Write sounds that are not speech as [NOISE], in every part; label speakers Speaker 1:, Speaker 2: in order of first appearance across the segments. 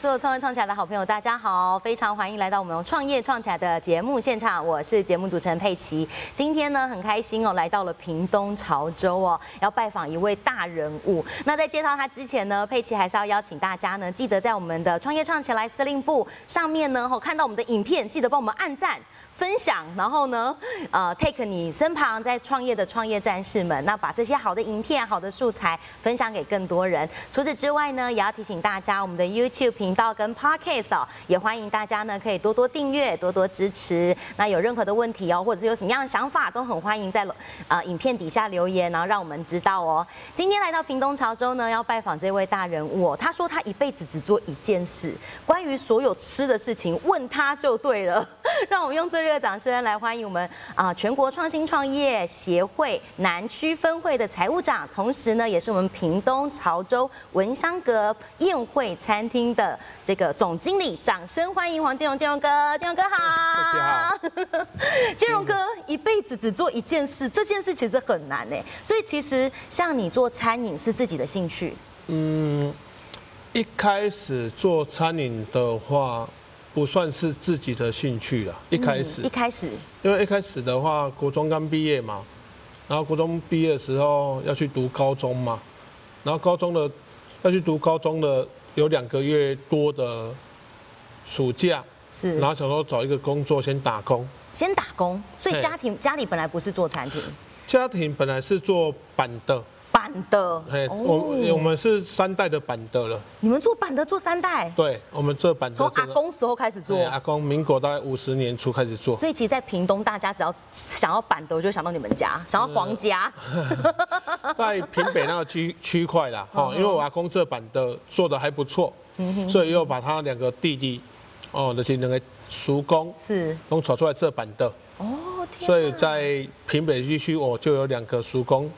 Speaker 1: 所有创业创起来的好朋友，大家好，非常欢迎来到我们创业创起来的节目现场，我是节目主持人佩奇。今天呢，很开心哦，来到了屏东潮州哦，要拜访一位大人物。那在介绍他之前呢，佩奇还是要邀请大家呢，记得在我们的创业创起来司令部上面呢，哦，看到我们的影片，记得帮我们按赞。分享，然后呢，呃，take 你身旁在创业的创业战士们，那把这些好的影片、好的素材分享给更多人。除此之外呢，也要提醒大家，我们的 YouTube 频道跟 Podcast 哦，也欢迎大家呢可以多多订阅、多多支持。那有任何的问题哦，或者是有什么样的想法，都很欢迎在呃影片底下留言，然后让我们知道哦。今天来到屏东潮州呢，要拜访这位大人物哦，他说他一辈子只做一件事，关于所有吃的事情，问他就对了。 [LAUGHS] 让我们用最热烈的掌声来欢迎我们啊、全国创新创业协会南区分会的财务长，同时呢也是我们屏东潮州文香阁宴会餐厅的这个总经理，掌声欢迎黄金荣金荣哥，金荣哥好，
Speaker 2: 佩奇好。
Speaker 1: 建荣哥一辈子只做一件事，这件事其实很难哎，所以其实像你做餐饮是自己的兴趣，
Speaker 2: 嗯一开始做餐饮的话，不算是自己的兴趣了。一开始
Speaker 1: 嗯一，开始
Speaker 2: 因为一开始的话，国中刚毕业嘛，然后国中毕业的时候要去读高中嘛，然后高中的要去读高中的有两个月多的暑假，
Speaker 1: 是
Speaker 2: 然后想说找一个工作先打工。
Speaker 1: 先打工，所以
Speaker 2: 嘿
Speaker 1: 家庭家里本来不是做餐厅，
Speaker 2: 家庭本来是做板的，
Speaker 1: 板的，哦
Speaker 2: 哎，我我们是三代的板的了，
Speaker 1: 你们做板的做三代，
Speaker 2: 对，我们这板的
Speaker 1: 从
Speaker 2: 真
Speaker 1: 阿
Speaker 2: 的
Speaker 1: 公时候开始做
Speaker 2: 对，，阿公民国大概五十年初开始做，
Speaker 1: 所以其实，在屏东大家只要想要板的，我就想到你们
Speaker 2: 嗯
Speaker 1: 家，想到黄家，
Speaker 2: 在平北那个
Speaker 1: 嗯
Speaker 2: 区区块啦，哦，因为我阿公这版的做的还不错，
Speaker 1: 嗯
Speaker 2: 所以又把他两个弟弟，哦，那些两个叔公，
Speaker 1: 是
Speaker 2: 都炒出来这版的，
Speaker 1: 哦，天哪
Speaker 2: 所以在平北地区我就有两个叔公，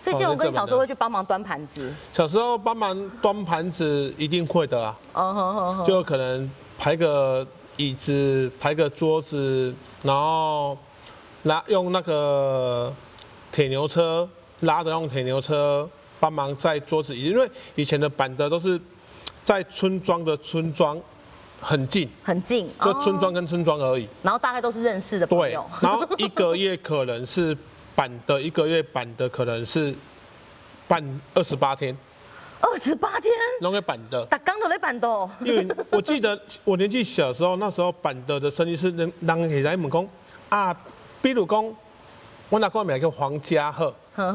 Speaker 1: 所以建荣
Speaker 2: 哦
Speaker 1: 哥
Speaker 2: 那这么
Speaker 1: 小时候会去帮忙端盘子，
Speaker 2: 小时候帮忙端盘子一定会的啊，
Speaker 1: 嗯哼哼哼，
Speaker 2: 就可能排个椅子，排个桌子，然后拉用那个铁牛车拉着用铁牛车帮忙在桌子，因为以前的板的都是在村庄的村庄很近，
Speaker 1: 很近，
Speaker 2: 就
Speaker 1: 哦
Speaker 2: 村庄跟村庄而已。
Speaker 1: 然后大概都是认识的朋
Speaker 2: 对 [LAUGHS]
Speaker 1: 友，，
Speaker 2: 然后一个月可能是板的，一个月板的可能是办二十八天，
Speaker 1: [LAUGHS] 二十八天，
Speaker 2: 弄个板的。
Speaker 1: 打刚头在哦板豆，
Speaker 2: 因为我记得我年纪小的时候，那时候板的的生意是人人给来问讲啊，比如讲，我那个名叫黄家鹤，你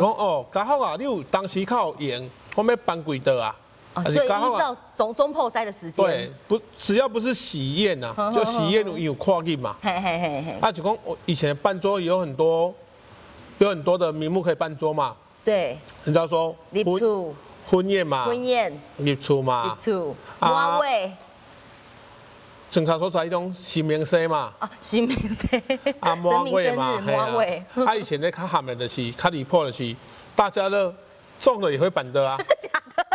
Speaker 2: 讲哦，家好啊，你有当时靠用，我要搬几桌 [LAUGHS] 啊，
Speaker 1: 哦
Speaker 2: 还
Speaker 1: 所以依
Speaker 2: 刚好啊
Speaker 1: 照中中破塞的时间，
Speaker 2: 对，不只要不是喜宴呐、啊，就喜宴有有跨境嘛，
Speaker 1: 嘿嘿嘿嘿，
Speaker 2: 啊就讲我以前办桌有很多，有很多的名目可以办桌嘛，
Speaker 1: 对，
Speaker 2: 人家说
Speaker 1: 立
Speaker 2: 婚啊
Speaker 1: 处
Speaker 2: 婚宴嘛，
Speaker 1: 婚宴，
Speaker 2: 立出
Speaker 1: 立
Speaker 2: 嘛，
Speaker 1: 处
Speaker 2: 啊
Speaker 1: 花位
Speaker 2: 正常所在一种新明星嘛。
Speaker 1: 啊，新明星，
Speaker 2: 啊，
Speaker 1: [LAUGHS] 神
Speaker 2: 摸
Speaker 1: 明
Speaker 2: 尾
Speaker 1: 生
Speaker 2: 嘛
Speaker 1: 日，
Speaker 2: 嘿啊
Speaker 1: 花位， [LAUGHS]
Speaker 2: 啊，以前咧较喊的就是，较离谱的是，大家乐中了也会板
Speaker 1: [LAUGHS]
Speaker 2: 的啊，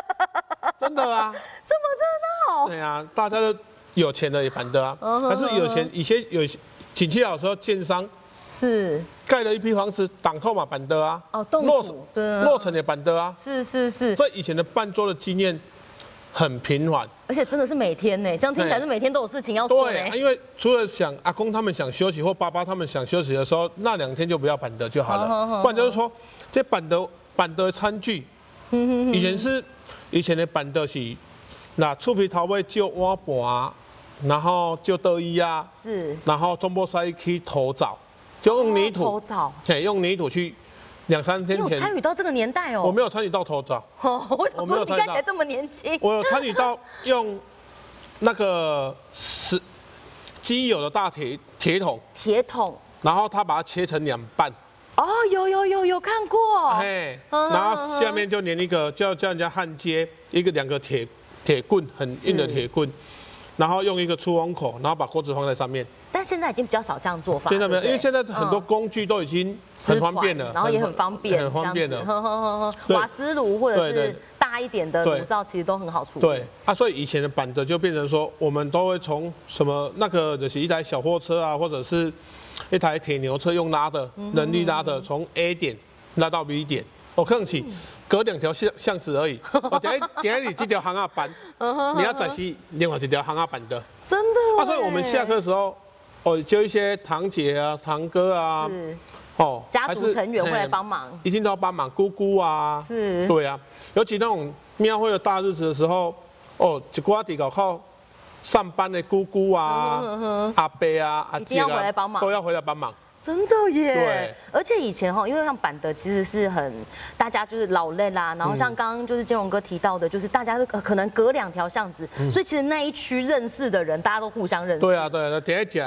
Speaker 2: [LAUGHS] 真的啊，
Speaker 1: 这么热闹，
Speaker 2: 对啊，大家乐有钱的也板的啊，
Speaker 1: 嗯
Speaker 2: 但是有钱以前有景气好的时候，建商
Speaker 1: 是
Speaker 2: 盖了一批房子，挡扣嘛板的啊，
Speaker 1: 哦动土
Speaker 2: 落
Speaker 1: 对啊
Speaker 2: 落成也板的啊，
Speaker 1: 是是是，
Speaker 2: 所以以前的办桌的经验很频繁，
Speaker 1: 而且真的是每天呢，这样听起来
Speaker 2: 对
Speaker 1: 是每天都有事情要做
Speaker 2: 对，
Speaker 1: 呢
Speaker 2: 啊。因为除了想阿公他们想休息或爸爸他们想休息的时候，那两天就不要板德就好
Speaker 1: 好好好
Speaker 2: 了。不然就是说，这板德板德餐具，
Speaker 1: 嗯
Speaker 2: 以前是以前的板德是那醋皮头尾就碗盘，然后就得衣啊，
Speaker 1: 是
Speaker 2: 然后中波塞去头澡，就用泥
Speaker 1: 哦头
Speaker 2: 土，
Speaker 1: 澡，
Speaker 2: 嘿，用泥土去两三
Speaker 1: 你
Speaker 2: 天
Speaker 1: 有参
Speaker 2: 前，
Speaker 1: 与到这个年代哦？
Speaker 2: 我没有参与到头澡，
Speaker 1: 哦， [LAUGHS] 我想
Speaker 2: 我没
Speaker 1: 说
Speaker 2: 有
Speaker 1: 你
Speaker 2: 参
Speaker 1: 看起
Speaker 2: 与到
Speaker 1: 来这么年轻，
Speaker 2: 我有参与到用那个石机油的大铁铁桶。
Speaker 1: 铁桶
Speaker 2: 然后他把它切成两半，
Speaker 1: 哦，有有有有看过，
Speaker 2: 嘿，
Speaker 1: 嗯
Speaker 2: 然后下面就连一个叫叫人家焊接，一个两个铁铁棍，很硬的铁棍，然后用一个出风口，然后把锅子放在上面。
Speaker 1: 但现在已经比较少这样做法。
Speaker 2: 现在没有，
Speaker 1: 对
Speaker 2: 因
Speaker 1: 不对
Speaker 2: 为现在很多工具都已经很方便
Speaker 1: 失传
Speaker 2: 了，
Speaker 1: 然后也很方便，
Speaker 2: 很方便
Speaker 1: 这样
Speaker 2: 了。
Speaker 1: 子呵呵呵呵
Speaker 2: 对
Speaker 1: 瓦斯炉或者
Speaker 2: 对
Speaker 1: 是
Speaker 2: 对
Speaker 1: 大一点的
Speaker 2: 对
Speaker 1: 炉灶，其实都很好处理。
Speaker 2: 对啊，所以以前的板的就变成说，我们都会从什么那个就是一台小货车啊，或者
Speaker 1: 嗯
Speaker 2: 是一台铁牛车用拉的能力拉的，从 A 点拉到 B 点，我可能是隔两条巷巷子而已，我等下等下你这条行啊板，
Speaker 1: 嗯
Speaker 2: 你要展示另外一条行啊板的。
Speaker 1: 真的耶。
Speaker 2: 啊，所以我们下课的时候，哦，就一些堂姐啊、堂哥啊，
Speaker 1: 是
Speaker 2: 哦，
Speaker 1: 家族
Speaker 2: 还是
Speaker 1: 成员会来
Speaker 2: 嗯
Speaker 1: 帮忙
Speaker 2: 一定都要帮忙，姑姑啊，
Speaker 1: 是
Speaker 2: 对啊，尤其那种庙会的大日子的时候，哦，一挂地搞靠上班的姑姑啊、阿伯啊、阿
Speaker 1: 嗯一定
Speaker 2: 姐
Speaker 1: 要
Speaker 2: 啊，
Speaker 1: 回来帮忙
Speaker 2: 都要回来帮忙。
Speaker 1: 真的耶！
Speaker 2: 对
Speaker 1: 而且以前哈，因为像板德其实是很大家就是老累啦，然后
Speaker 2: 嗯
Speaker 1: 像刚刚就是建荣哥提到的，就是大家都呃可能隔两条巷子，所以其实那一区认识的人，大家都互相认识。
Speaker 2: 嗯对啊，对啊，那等一下吃，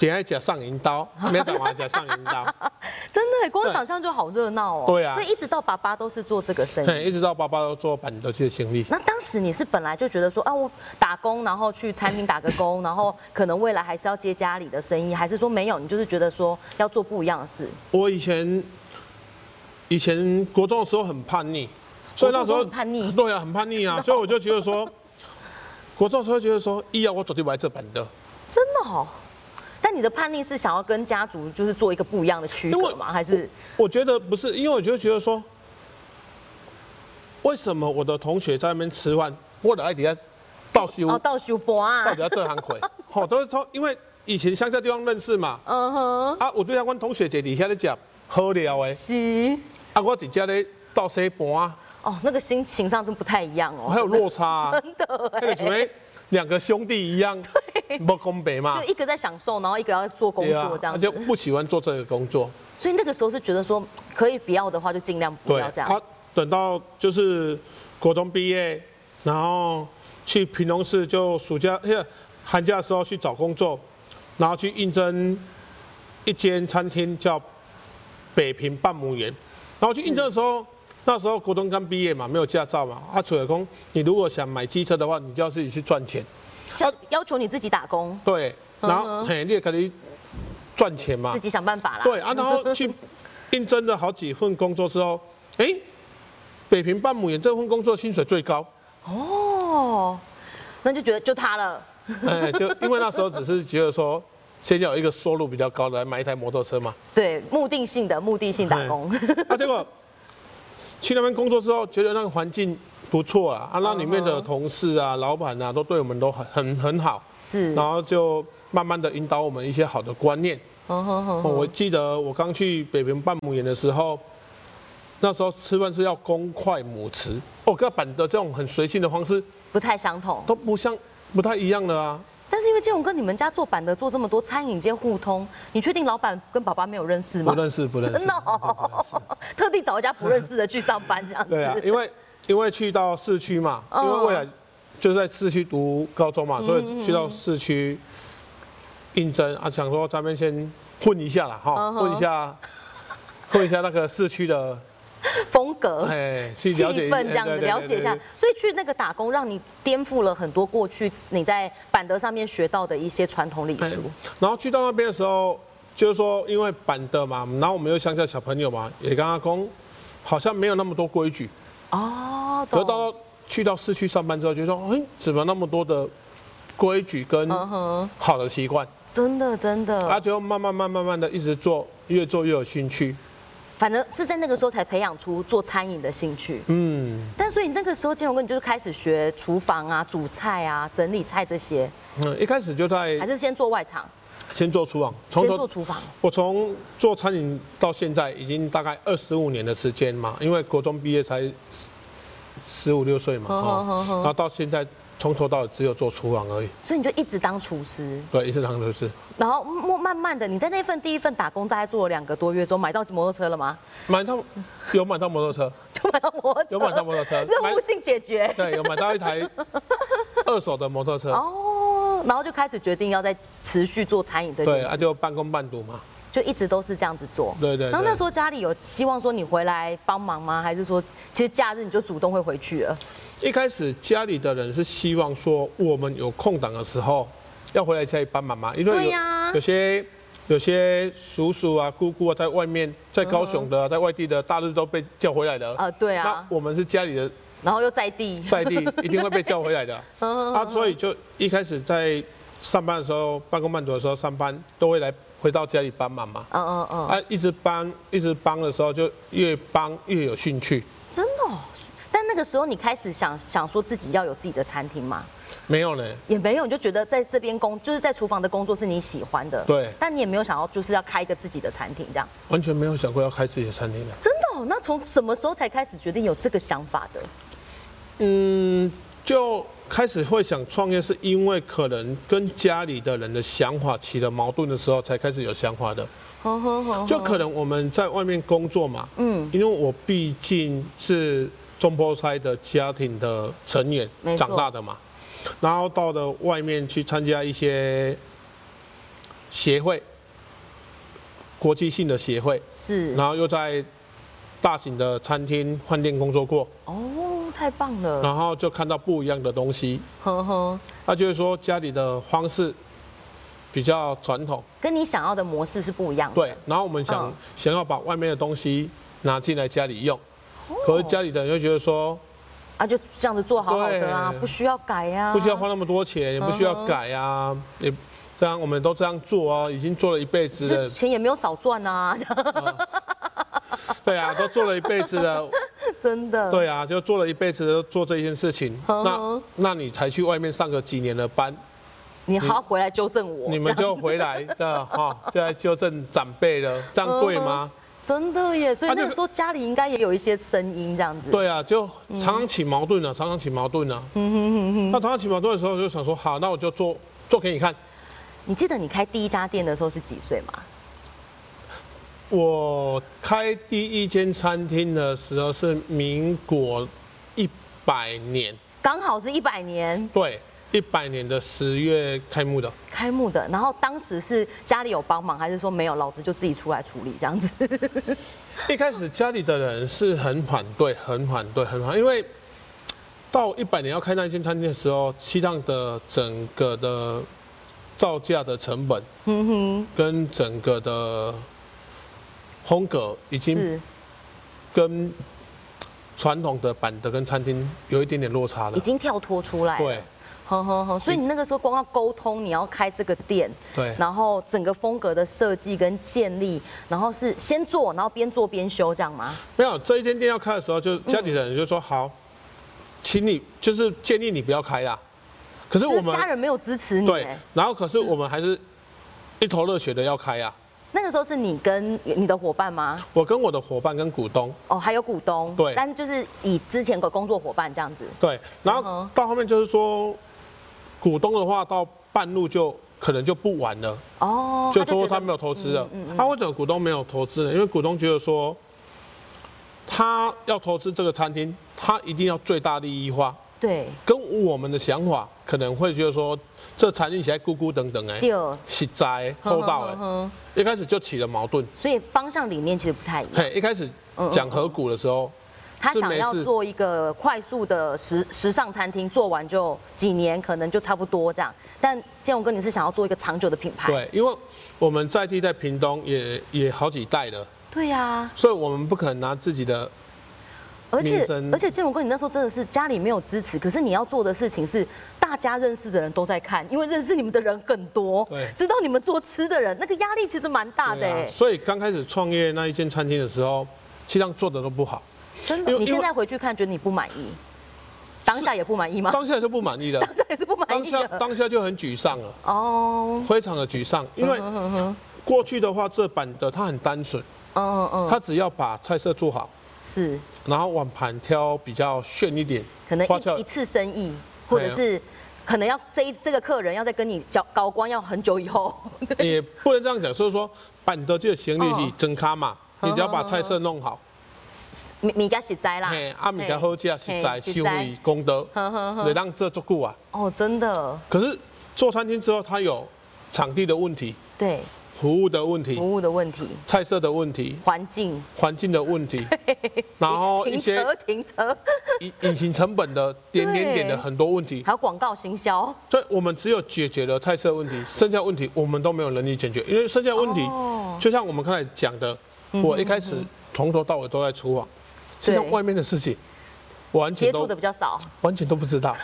Speaker 2: 等一下吃上银刀，明天早上吃上银
Speaker 1: [LAUGHS]
Speaker 2: 刀，
Speaker 1: 真的耶，光
Speaker 2: 对
Speaker 1: 想象就好热闹哦。
Speaker 2: 对啊啊
Speaker 1: 所以一直到爸爸都是做这个生
Speaker 2: 嘿，
Speaker 1: 意。
Speaker 2: 一直到爸爸都做板德这些行李。
Speaker 1: 那当时你是本来就觉得说啊，我打工，然后去餐厅打个工，然后可能未来还是要接家里的生意，还是说没有？你就是觉得说要做不一样的事，
Speaker 2: 我以前以前国中的时候很叛逆，所以那时候
Speaker 1: 国中很叛逆
Speaker 2: 对啊，很叛逆啊，所以我就觉得说，国中的时候觉得说，医药我绝对不爱这版的，
Speaker 1: 真的哦。但你的叛逆是想要跟家族就是做一个不一样的区
Speaker 2: 因
Speaker 1: 隔
Speaker 2: 为
Speaker 1: 吗？还是
Speaker 2: 我觉得不是，因为我就觉得说，为什么我的同学在那边吃饭，我的爱底下倒修，
Speaker 1: 哦，倒修博
Speaker 2: 到
Speaker 1: 啊
Speaker 2: 底，要这
Speaker 1: [LAUGHS]
Speaker 2: 行亏，好，都是从因为以前乡下地方认识嘛，
Speaker 1: 嗯哼，
Speaker 2: 啊，我对他阮同学姐底下咧讲好料的，
Speaker 1: 是，
Speaker 2: 啊，我底下咧倒西盘啊，
Speaker 1: 哦，那个心情上是不太一样
Speaker 2: 还
Speaker 1: 哦，欸
Speaker 2: 有落
Speaker 1: [LAUGHS]
Speaker 2: 差、啊，真的，那个什么两个兄弟一样，不公平嘛
Speaker 1: 就，一个在享受，然后一个要做工作这
Speaker 2: 他
Speaker 1: 样
Speaker 2: 就
Speaker 1: 子，
Speaker 2: 不喜欢做这个工作，
Speaker 1: 所以那个时候是觉得说嗯可以不要的话就尽量不
Speaker 2: 对啊
Speaker 1: 要，这
Speaker 2: 他
Speaker 1: 样，
Speaker 2: 等到就是国中毕业，然后去屏东市就暑假、呃寒假的时候去找工作，然后去应征一间餐厅叫北平半亩园，然后去应征的时候。那时候国中刚毕业嘛，没有驾照嘛。啊，楚了工，你如果想买机车的话，你就要自己去赚钱。啊
Speaker 1: 像要求你自己打工，
Speaker 2: 对，然后嘿，你也可以赚钱嘛
Speaker 1: 自。己想办法啦，
Speaker 2: 对啊，
Speaker 1: [LAUGHS]
Speaker 2: 然后去应征了好几份工作之后，哎，北平半亩园这份工作薪水最高， [LAUGHS]
Speaker 1: 哦，那就觉得就他了，
Speaker 2: 哎，就因为那时候只是觉得说，先要有一个收入比较高的来买一台摩托车嘛。
Speaker 1: 对，目的性的目的性打工，
Speaker 2: 啊，结果去那边工作之后，觉得那个环境不错啊，啊，那里面的同事啊、老板啊，都对我们都很很很好，
Speaker 1: [LAUGHS] 是，
Speaker 2: 然后就慢慢的引导我们一些好的观念。
Speaker 1: 嗯哼哼，
Speaker 2: 哦，我记得我刚去北平办母园的时候，那时候吃饭是要公筷母匙，哦，跟板的这种很随性的方式
Speaker 1: 不太相同。
Speaker 2: 都不像，不太一样了啊。
Speaker 1: 但是因为建勇哥，你们家做板的做这么多餐饮街互通，你确定老板跟爸爸没有认识吗？
Speaker 2: 不认识，不认识，
Speaker 1: 真的
Speaker 2: [LAUGHS]
Speaker 1: 哦，特地找一家不认识的去上班这样子。
Speaker 2: 对啊，
Speaker 1: [LAUGHS]
Speaker 2: 因为因为去到市区嘛，
Speaker 1: 哦
Speaker 2: 因为未来就是在市区读高中
Speaker 1: 嗯
Speaker 2: 嘛，所以去到市区应征啊，想说咱们先混一下啦，哈，
Speaker 1: 嗯哼
Speaker 2: 混一下，混一下那个市区的，
Speaker 1: 风格、
Speaker 2: [LAUGHS] 哎，去
Speaker 1: 气
Speaker 2: 了解一
Speaker 1: 氛这样子
Speaker 2: 哎对对
Speaker 1: 了解一
Speaker 2: 对
Speaker 1: 下
Speaker 2: 对对。
Speaker 1: 所以去那个打工，让你颠覆了很多过去你在板德上面学到的一些传统礼
Speaker 2: 哎
Speaker 1: 俗。
Speaker 2: 然后去到那边的时候，就是说因为板的嘛，然后我们又乡下小朋友嘛，也跟他讲，好像没有那么多规矩。
Speaker 1: 哦，
Speaker 2: 可是
Speaker 1: 懂。
Speaker 2: 到去到市区上班之后，就说，哎，怎么那么多的规矩跟
Speaker 1: 嗯哼，嗯
Speaker 2: 好的习惯？
Speaker 1: 真的真
Speaker 2: 他
Speaker 1: 的，
Speaker 2: 就慢慢慢慢慢的一直做，越做越有兴趣。
Speaker 1: 反正是在那个时候才培养出做餐饮的兴趣。
Speaker 2: 嗯，
Speaker 1: 但所以那个时候，建荣哥你就是开始学厨房啊、煮菜啊、整理菜这些，
Speaker 2: 嗯，一开始就
Speaker 1: 还
Speaker 2: 在
Speaker 1: 是先做外场，
Speaker 2: 先做厨房，从
Speaker 1: 先做
Speaker 2: 头
Speaker 1: 厨房。
Speaker 2: 我从做餐饮到现在已经大概二十五年的时间嘛，因为国中毕业才十五六岁嘛，
Speaker 1: 好好好
Speaker 2: 哦
Speaker 1: 好
Speaker 2: 然后到现在从头到尾只有做厨房而已，
Speaker 1: 所以你就一直当厨师，
Speaker 2: 对，一次两头是
Speaker 1: 然后慢慢慢的，你在那份第一份打工大概做了两个多月之后，买到摩托车了吗？
Speaker 2: 买到有买到摩托车，
Speaker 1: 就买到摩托车，
Speaker 2: 有买到摩
Speaker 1: [LAUGHS]
Speaker 2: 托车
Speaker 1: 任务性解决。
Speaker 2: 对，有买到一台二手的摩托车，
Speaker 1: 哦，然后就开始决定要再持续做餐饮这
Speaker 2: 对，
Speaker 1: 件
Speaker 2: 啊
Speaker 1: 事，
Speaker 2: 就半工半读嘛，
Speaker 1: 就一直都是这样子做。
Speaker 2: 对对对
Speaker 1: 然后那时候家里有希望说你回来帮忙吗？还是说其实假日你就主动会回去了？
Speaker 2: 一开始家里的人是希望说，我们有空档的时候要回来家里帮妈妈，因为
Speaker 1: 对
Speaker 2: 有、
Speaker 1: 呀
Speaker 2: 有些有些叔叔啊、姑姑啊，在外面，在高雄的啊、在外地的，大日都被叫回来的。
Speaker 1: 啊嗯对啊
Speaker 2: 那我们是家里的
Speaker 1: 然后又在地，
Speaker 2: 在地，一定会被叫回
Speaker 1: [LAUGHS]
Speaker 2: 来的。
Speaker 1: 嗯
Speaker 2: 啊，所以就一开始在上班的时候，半工半读的时候上班，都会来回到家里帮忙嘛。
Speaker 1: 嗯嗯嗯，
Speaker 2: 啊，一直帮一直帮的时候，就越帮越有兴趣。
Speaker 1: 真的、哦。但那个时候你开始想想说自己要有自己的餐厅吗？
Speaker 2: 没有呢，
Speaker 1: 也没有，你就觉得在这边工就是在厨房的工作是你喜欢的。
Speaker 2: 对
Speaker 1: 但你也没有想要就是要开一个自己的餐厅这样。
Speaker 2: 完全没有想过要开自己的餐厅的。
Speaker 1: 真的、哦？那从什么时候才开始决定有这个想法的？
Speaker 2: 嗯，就开始会想创业，是因为可能跟家里的人的想法起了矛盾的时候，才开始有想法的。
Speaker 1: 哼哼哼
Speaker 2: 就可能我们在外面工作嘛，嗯，因为我毕竟是中波差的家庭的成员
Speaker 1: 没错
Speaker 2: 长大的嘛，然后到了外面去参加一些协会，国际性的协会，
Speaker 1: 是
Speaker 2: 然后又在大型的餐厅、饭店工作过，
Speaker 1: 哦，太棒了。
Speaker 2: 然后就看到不一样的东西，
Speaker 1: 哼哼，
Speaker 2: 那就是说家里的方式比较传统，
Speaker 1: 跟你想要的模式是不一样的。
Speaker 2: 对，然后我们想、
Speaker 1: 哦嗯
Speaker 2: 想要把外面的东西拿进来家里用，
Speaker 1: 哦
Speaker 2: 可是家里的人就觉得说
Speaker 1: 啊，就这样子做好好的啊，
Speaker 2: 对
Speaker 1: 不需要改呀、啊，
Speaker 2: 不需要花那么多钱，也不需要改啊，
Speaker 1: 嗯
Speaker 2: 也这样我们都这样做啊，已经做了一辈子
Speaker 1: 就
Speaker 2: 了，
Speaker 1: 钱也没有少赚啊， [LAUGHS] 这样
Speaker 2: [LAUGHS] 对啊，都做了一辈子
Speaker 1: [LAUGHS]
Speaker 2: 了，
Speaker 1: 真的。
Speaker 2: 对啊，就做了一辈子都做这件事情，
Speaker 1: 嗯
Speaker 2: 那
Speaker 1: 哼
Speaker 2: 那你才去外面上个几年的班，
Speaker 1: 你好好回来纠正我。
Speaker 2: 你们
Speaker 1: 这样
Speaker 2: 就回来这样哈，就来纠正长辈了，这样对吗？
Speaker 1: [LAUGHS] 真的耶，所以
Speaker 2: 啊
Speaker 1: 那
Speaker 2: 这
Speaker 1: 个
Speaker 2: 个
Speaker 1: 时候家里应该也有一些声音这样子。，
Speaker 2: 对啊，就常常起矛盾啊，常常起矛盾啊。那常常起矛盾的时候，就想说，好，那我就做做给你看。
Speaker 1: 你记得你开第一家店的时候是几岁吗？
Speaker 2: 我开第一间餐厅的时候是民国一百年，
Speaker 1: 刚好是一百年
Speaker 2: 对，一百年的十月开幕的。
Speaker 1: 开幕的，然后当时是家里有帮忙，还是说没有，老子就自己出来处理这样
Speaker 2: [LAUGHS]
Speaker 1: 子？
Speaker 2: 一开始家里的人是很反对，很反对，很反对，因为到一百年要开那间餐厅的时候，西藏的整个的造价的成本，跟整个的风格已经
Speaker 1: 是，
Speaker 2: 跟传统的板的跟餐厅有一点点落差了
Speaker 1: 已。经跳脱出来。
Speaker 2: 对，
Speaker 1: 哼哼哼，所以你那个时候光要沟通，你要开这个店，
Speaker 2: 对
Speaker 1: 然后整个风格的设计跟建立，然后是先做，然后边做边修这样吗？
Speaker 2: 没有这一间店要开的时候，就家里的人就说好，请你就是建议你不要开啦。可是
Speaker 1: 就
Speaker 2: 我
Speaker 1: 是
Speaker 2: 们
Speaker 1: 家人没有支持你。
Speaker 2: 对
Speaker 1: 哎，
Speaker 2: 然后可是我们还是一头热血的要开啊。
Speaker 1: 那个时候是你跟你的伙伴吗？
Speaker 2: 我跟我的伙伴跟股东，
Speaker 1: 哦，还有股东，
Speaker 2: 对
Speaker 1: 但就是以之前的工作伙伴这样子，
Speaker 2: 对，然
Speaker 1: 嗯
Speaker 2: 后
Speaker 1: 哼
Speaker 2: 到后面就是说，股东的话到半路就可能就不玩了，
Speaker 1: 哦，
Speaker 2: 就
Speaker 1: 觉
Speaker 2: 说
Speaker 1: 得嗯
Speaker 2: 他没有投资了。他为什么股东没有投资呢？因为股东觉得说，他要投资这个餐厅，他一定要最大利益化，
Speaker 1: 对，
Speaker 2: 跟我们的想法可能会觉得说，这餐厅起来咕咕等等哎，
Speaker 1: 对嗯
Speaker 2: 是在厚道
Speaker 1: 哼哼
Speaker 2: 哎，
Speaker 1: 哼
Speaker 2: 一开始就起了矛盾。
Speaker 1: 所以方向理念其实不太一样。
Speaker 2: 嘿，一开始
Speaker 1: 嗯
Speaker 2: 讲合股的时候，
Speaker 1: 他
Speaker 2: 是
Speaker 1: 想
Speaker 2: 没
Speaker 1: 要
Speaker 2: 事
Speaker 1: 做一个快速的时时尚餐厅，做完就几年，可能就差不多这样。但建荣哥，你是想要做一个长久的品牌？
Speaker 2: 对，因为我们在地在屏东也也好几代了，
Speaker 1: 对呀、
Speaker 2: 所以我们不可能拿自己的
Speaker 1: 而且
Speaker 2: 民生
Speaker 1: 而且建荣哥，你那时候真的是家里没有支持，可是你要做的事情是大家认识的人都在看，因为认识你们的人更多
Speaker 2: 对，
Speaker 1: 知道你们做吃的人，那个压力其实蛮大的、
Speaker 2: 对啊
Speaker 1: 哎，
Speaker 2: 所以刚开始创业那一间餐厅的时候，其实上做的都不好，
Speaker 1: 真的。
Speaker 2: 因为
Speaker 1: 你现
Speaker 2: 因为
Speaker 1: 在回去看，觉得你不满意，当下也不满意吗？
Speaker 2: 当下就不满意
Speaker 1: [LAUGHS]
Speaker 2: 了，
Speaker 1: 当下也是不满
Speaker 2: 当
Speaker 1: 意
Speaker 2: 下
Speaker 1: 的。
Speaker 2: 当下就很沮丧了，
Speaker 1: 哦，
Speaker 2: 非常的沮丧，因为过去的话，这版的它很单纯，
Speaker 1: 嗯嗯嗯，
Speaker 2: 它只要把菜色做好，
Speaker 1: 是。
Speaker 2: 然后碗盘挑比较炫一点，
Speaker 1: 可能
Speaker 2: 花俏哎
Speaker 1: 一一 [LAUGHS] 次生意，或者是可能要这一这个客人要再跟你交高光要很久以后， [LAUGHS]
Speaker 2: 也不能这样讲，所以说版的这个行李
Speaker 1: 哦
Speaker 2: 是真卡嘛，
Speaker 1: 嗯
Speaker 2: 你只要把菜色弄好。
Speaker 1: 米米家实在啦
Speaker 2: 嘿，，啊阿米加好价是在
Speaker 1: 嘿
Speaker 2: 修理功德，得让这足够啊。
Speaker 1: 哦，真的
Speaker 2: 可是做餐厅之后，它有场地的问题、
Speaker 1: 对
Speaker 2: 服务的问题、
Speaker 1: 服务的问题、
Speaker 2: 菜色的问
Speaker 1: [LAUGHS]
Speaker 2: 题、
Speaker 1: 环境、
Speaker 2: 环境的问题，然
Speaker 1: [LAUGHS]
Speaker 2: 后哦一
Speaker 1: 停
Speaker 2: 些
Speaker 1: 车、停车， [LAUGHS]
Speaker 2: 隐隐形成本的点点点的很多问题。
Speaker 1: 还有广告行销，
Speaker 2: 所以我们只有解决了菜色问题，剩下问题我们都没有能力解决，因为剩下问题
Speaker 1: 哦
Speaker 2: 就像我们刚才讲的，我一开始从头到尾都在厨
Speaker 1: 嗯
Speaker 2: 房，实际上
Speaker 1: 对
Speaker 2: 外面的事情完全
Speaker 1: 接触
Speaker 2: 都
Speaker 1: 的比较少。
Speaker 2: 完全都不知道。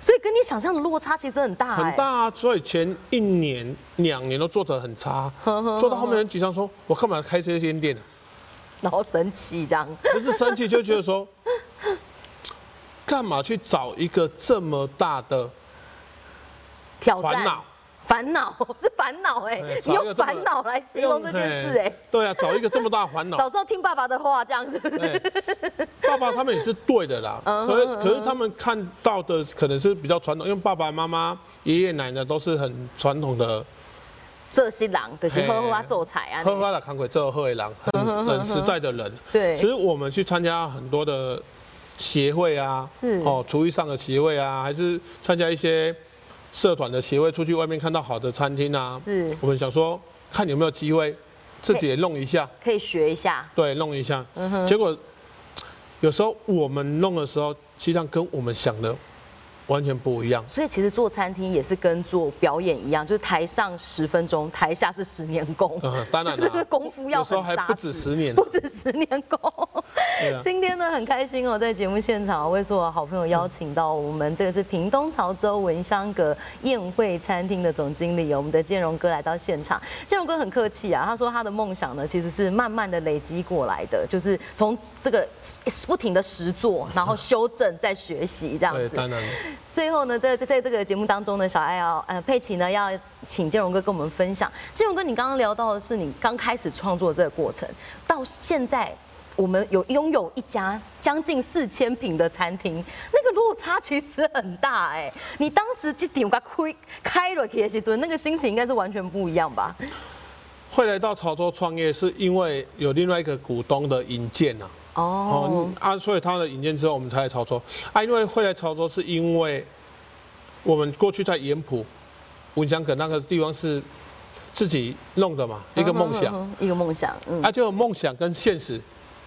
Speaker 1: 所以跟你想象的落差其实很大、哎
Speaker 2: 很大。啊，所以前一年、两年都做得很差，做到后面很沮丧，说我干嘛开这间店啊？ [LAUGHS]
Speaker 1: 哎然后神奇这样，
Speaker 2: 不是生气，就觉得说，干嘛去找一个这么大的
Speaker 1: 挑战
Speaker 2: 烦恼？
Speaker 1: 烦恼 [LAUGHS] 是烦恼哎
Speaker 2: 哎，
Speaker 1: 你
Speaker 2: 找一
Speaker 1: 用
Speaker 2: 个这么
Speaker 1: 烦恼来形容这件事哎、？
Speaker 2: 对啊，找一个这么大
Speaker 1: [LAUGHS]
Speaker 2: 的烦恼，
Speaker 1: 早知道听爸爸的话，这样是不是？
Speaker 2: 对，爸爸他们也是对的啦，
Speaker 1: 嗯
Speaker 2: 可是可是他们看到的可能是比较传统，因为爸爸妈妈、爷爷奶奶都是很传统的，
Speaker 1: 这些人就是
Speaker 2: 嘿
Speaker 1: 喝花做菜啊，
Speaker 2: 哎喝花的看鬼，这喝一郎，
Speaker 1: 嗯
Speaker 2: 很很实在的人。
Speaker 1: 对
Speaker 2: 其实我们去参加很多的协会啊，
Speaker 1: 是
Speaker 2: 哦，厨艺上的协会啊，还是参加一些社团的协会，出去外面看到好的餐厅啊，
Speaker 1: 是
Speaker 2: 我们想说看有没有机会自己也弄一下。
Speaker 1: 可以学一下。
Speaker 2: 对，弄一下。
Speaker 1: 嗯
Speaker 2: 结果有时候我们弄的时候，其实上跟我们想的完全
Speaker 1: [LAUGHS]
Speaker 2: 不一样。
Speaker 1: 所以其实做餐厅也是跟做表演一样，就是台上十分钟，台下是十年功。 [LAUGHS]
Speaker 2: 嗯，当然
Speaker 1: 这个
Speaker 2: 啦，
Speaker 1: 功夫要
Speaker 2: 有时候
Speaker 1: 很
Speaker 2: 还
Speaker 1: 扎
Speaker 2: 不止
Speaker 1: 实
Speaker 2: 十年
Speaker 1: 不止十年功。
Speaker 2: 对啊
Speaker 1: 今天呢，很开心哦，在节目现场，我也是我好朋友邀请到我们这个是屏东潮州文香阁宴会餐厅的总经理哦，我们的建荣哥来到现场。建荣哥很客气啊，他说他的梦想呢，其实是慢慢的累积过来的，就是从这个不停的实做，然后修正再学习这样
Speaker 2: 对，
Speaker 1: 子。
Speaker 2: 当然。
Speaker 1: 最后呢，在在在这个节目当中呢，小爱要呃佩奇呢要请建荣哥跟我们分享。建荣哥，你刚刚聊到的是你刚开始创作这个过程，到现在我们有拥有一家将近四千平的餐厅，那个落差其实很大哎、你当时这点把亏开了去的时阵，那个心情应该是完全不一样吧？
Speaker 2: 会来到潮州创业，是因为有另外一个股东的引荐啊。
Speaker 1: 哦
Speaker 2: 哦，啊，所以他的引荐之后，我们才来潮州。啊，因为会来潮州，是因为我们过去在盐埔、文香阁那个地方是自己弄的嘛，一个梦想。
Speaker 1: 嗯哼，一个梦想，嗯，
Speaker 2: 啊，就梦想跟现实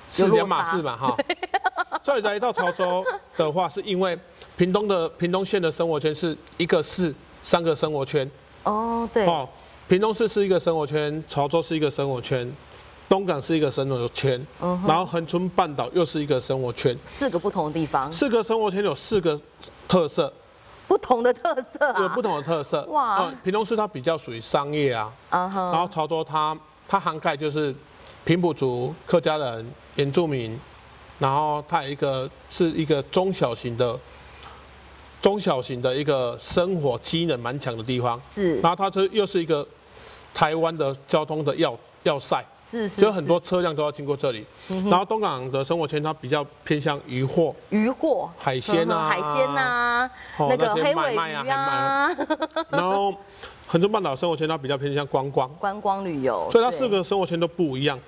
Speaker 2: 是两码事嘛，哈。 [LAUGHS] 所以来到潮州的话，是因为屏东的屏东县的生活圈是一个市三个生活圈
Speaker 1: 哦对，
Speaker 2: 哦，屏东市是一个生活圈，潮州是一个生活圈，东港是一个生活圈，
Speaker 1: 嗯
Speaker 2: 然后恒春半岛又是一个生活圈，
Speaker 1: 四个不同的地方，
Speaker 2: 四个生活圈有四个特色，
Speaker 1: 不同的特色啊，
Speaker 2: 有不同的特色。
Speaker 1: 哇
Speaker 2: 嗯屏东市它比较属于商业啊，
Speaker 1: 啊哈，
Speaker 2: 然后潮州它它涵盖就是平埔族、客家人、原住民，然后它有一个是一个中小型的中小型的一个生活机能蛮强的地方，
Speaker 1: 是
Speaker 2: 然后它这又是一个台湾的交通的要要塞，
Speaker 1: 是是，
Speaker 2: 就很
Speaker 1: 是嗯
Speaker 2: 多车辆都要经过这里。然后东港的生活圈它比较偏向渔货、
Speaker 1: 渔获、
Speaker 2: 海鲜啊、
Speaker 1: 嗯海鲜呐、
Speaker 2: 哦
Speaker 1: 那个
Speaker 2: 那些
Speaker 1: 黑尾
Speaker 2: 买卖啊
Speaker 1: 鱼啊，
Speaker 2: 然后恒春半岛生活圈它比较偏向观光。
Speaker 1: [LAUGHS] 观光旅游，
Speaker 2: 所以他
Speaker 1: 对
Speaker 2: 四个生活圈都不一样。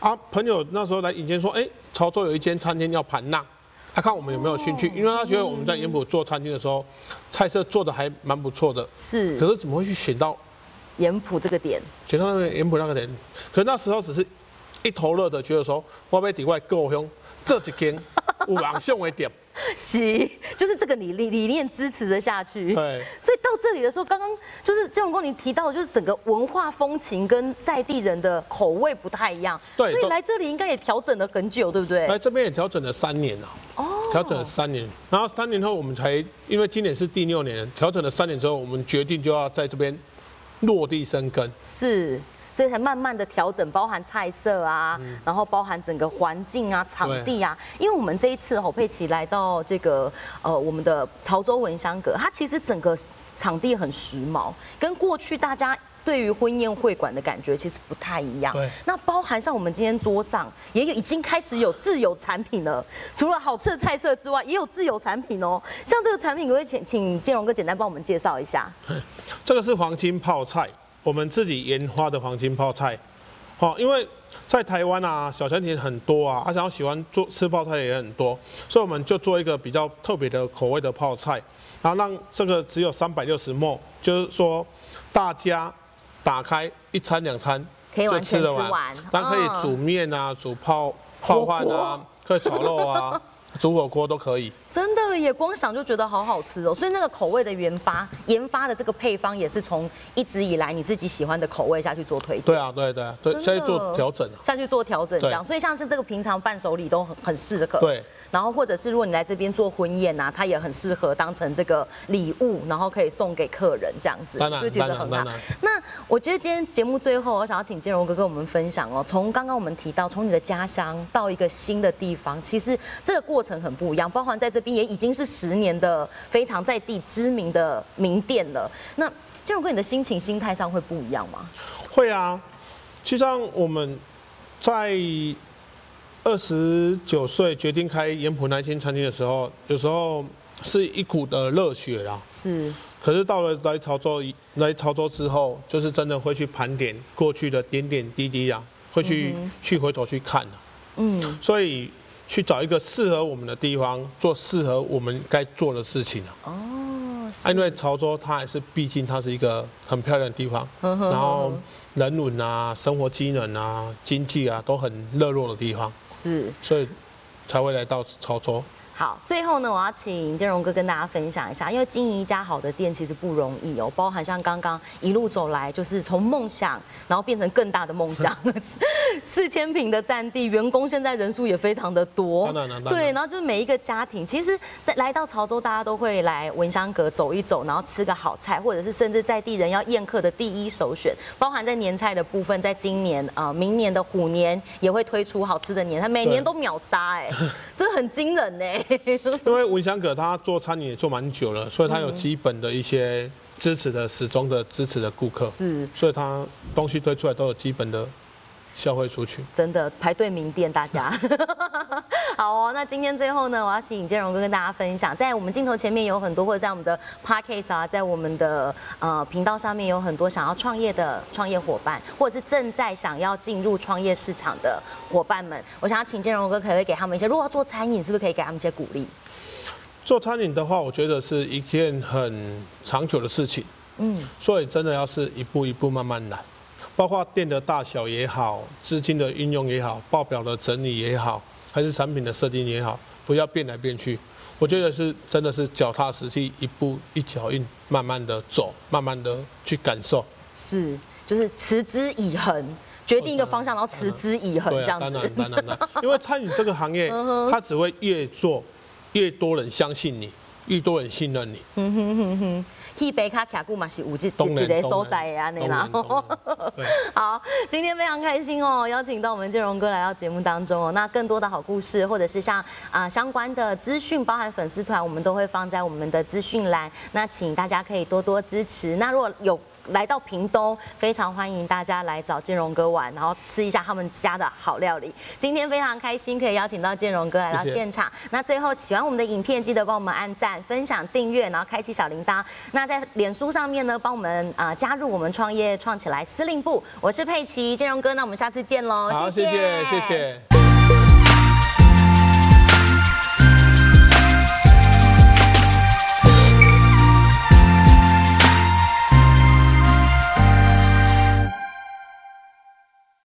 Speaker 2: 啊，朋友那时候来引荐说，哎、潮州有一间餐厅叫盘浪，他、看我们有没有兴
Speaker 1: 哦
Speaker 2: 趣，因为他觉得我们在盐埔做餐厅的时候，菜色做的还蛮不错的，可
Speaker 1: 是
Speaker 2: 是怎么会去选到
Speaker 1: 盐埔这个点， [LAUGHS]
Speaker 2: 选到那个盐埔那个点？可是那时候只是一头热的，觉得说我被底外够凶，这几天有人向
Speaker 1: [LAUGHS]
Speaker 2: 为点，
Speaker 1: 是就是这个理理理念支持着下去。
Speaker 2: 对。
Speaker 1: 所以到这里的时候，刚刚就是建荣哥你提到，就是整个文化风情跟在地人的口味不太一样，
Speaker 2: 对
Speaker 1: 所以
Speaker 2: 都
Speaker 1: 来这里应该也调整了很久，对不对？
Speaker 2: 来这边也调整了三年了、
Speaker 1: 哦
Speaker 2: 调整了三年，然后三年后我们才，因为今年是第六年，调整了三年之后，我们决定就要在这边落地生根。
Speaker 1: 是，所以才慢慢的调整，包含菜色啊，然后包含整个环境啊、场地啊。因为我们这一次吼佩奇来到这个呃我们的潮州文香阁，它其实整个场地很时髦，跟过去大家。对于婚宴会馆的感觉其实不太一样
Speaker 2: 对，
Speaker 1: 那包含像我们今天桌上也有已经开始有自有产品了，除了好吃的菜色之外，也有自有产品哦。像这个产品，可不可以请请建荣哥简单帮我们介绍一下？
Speaker 2: 这个是黄金泡菜，我们自己研发的黄金泡菜。好、因为在台湾啊，小餐厅很多啊，而且喜欢做吃泡菜也很多，所以我们就做一个比较特别的口味的泡菜，然后让这个只有三百六十沫，就是说大家打开一餐两餐
Speaker 1: 可以完全
Speaker 2: 得
Speaker 1: 吃完
Speaker 2: 那可以
Speaker 1: 嗯
Speaker 2: 煮面啊，煮泡泡饭啊，可以炒肉啊，煮火锅都可以。
Speaker 1: 真的耶，光想就觉得好好吃哦。所以那个口味的研发，研发的这个配方也是从一直以来你自己喜欢的口味下去做推荐
Speaker 2: 对。啊，对对啊对，
Speaker 1: 真的
Speaker 2: 现在做调整啊。
Speaker 1: 下去做调整这样，
Speaker 2: 对
Speaker 1: 所以像是这个平常伴手礼都很很适合。
Speaker 2: 对。
Speaker 1: 然后或者是如果你来这边做婚宴啊，它也很适合当成这个礼物，然后可以送给客人这样子，
Speaker 2: 当然
Speaker 1: 就其实很
Speaker 2: 当然
Speaker 1: 好
Speaker 2: 当然。
Speaker 1: 那我觉得今天节目最后，我想要请建荣哥跟我们分享哦，从刚刚我们提到，从你的家乡到一个新的地方，其实这个过程很不一样，包含在这边也已经是十年的非常在地知名的名店了。那建荣哥，你的心情、心态上会不一样吗？
Speaker 2: 会啊，其实上我们在二十九岁决定开盐浦那间餐厅的时候，有时候是一股的热血啦。
Speaker 1: 是，
Speaker 2: 可是到了来潮州以来潮州之后，就是真的会去盘点过去的点点滴滴啊，会去、去回头去看、啊、
Speaker 1: 嗯，
Speaker 2: 所以去找一个适合我们的地方，做适合我们该做的事情啊。
Speaker 1: 哦，
Speaker 2: 啊因为潮州它还是，毕竟它是一个很漂亮的地方，然后人文啊、生活机能啊、经济啊都很热络的地方，
Speaker 1: 是
Speaker 2: 所以才会来到潮州。
Speaker 1: 好，最后呢，我要请建荣哥跟大家分享一下，因为经营一家好的店其实不容易哦，包含像刚刚一路走来，就是从梦想，然后变成更大的梦想，四千平的占地，员工现在人数也非常的多，
Speaker 2: 当然了当然
Speaker 1: 对，然后就是每一个家庭，其实在来到潮州，大家都会来文香阁走一走，然后吃个好菜，或者是甚至在地人要宴客的第一首选，包含在年菜的部分，在今年啊、呃明年的虎年也会推出好吃的年菜，每年
Speaker 2: 对
Speaker 1: 都秒杀，哎，这很惊人呢。 [LAUGHS]
Speaker 2: 因为文香阁他做餐饮也做蛮久了，所以他有基本的一些支持的始终的支持的顾客，
Speaker 1: 是
Speaker 2: 所以他东西推出来都有基本的消费出去。
Speaker 1: 真的排队名店，大家。 [LAUGHS] 好哦，那今天最后呢，我要请建荣哥跟大家分享，在我们镜头前面有很多，或者在我们的 podcast 啊，在我们的呃频道上面有很多想要创业的创业伙伴，或者是正在想要进入创业市场的伙伴们，我想要请建荣哥，可不可以给他们一些，如果要做餐饮，是不是可以给他们一些鼓励？
Speaker 2: 做餐饮的话，我觉得是一件很长久的事情，
Speaker 1: 嗯，
Speaker 2: 所以真的要是一步一步慢慢来，包括店的大小也好，资金的运用也好，报表的整理也好，还是产品的设定也好，不要变来变去。我觉得是真的是脚踏实地，一步一脚印，慢慢的走，慢慢的去感受。
Speaker 1: 是，就是持之以恒，决定一个方向，然后持之以恒
Speaker 2: 对
Speaker 1: 这 [LAUGHS] 样
Speaker 2: 啊，当
Speaker 1: 子嗯
Speaker 2: 然。当然当然，因为餐饮这个
Speaker 1: [LAUGHS]
Speaker 2: 行业，它只会越做越多人相信你，越多人信任你。
Speaker 1: 嗯去北卡卡固嘛是有这
Speaker 2: 当然
Speaker 1: 这个所在的安尼啦。
Speaker 2: 当然
Speaker 1: [LAUGHS]
Speaker 2: 当然对。
Speaker 1: 好，今天非常开心哦，邀请到我们建荣哥来到节目当中哦。那更多的好故事，或者是像啊、相关的资讯，包含粉丝团，我们都会放在我们的资讯栏。那请大家可以多多支持。那如果有来到屏东，非常欢迎大家来找建荣哥玩，然后吃一下他们家的好料理。今天非常开心可以邀请到建荣哥来到
Speaker 2: 谢谢
Speaker 1: 现场。那最后喜欢我们的影片，记得帮我们按赞、分享、订阅，然后开启小铃铛。那在脸书上面呢，帮我们啊、呃加入我们创业创起来司令部。我是佩奇建荣哥，那我们下次见喽。
Speaker 2: 好，谢谢，谢谢。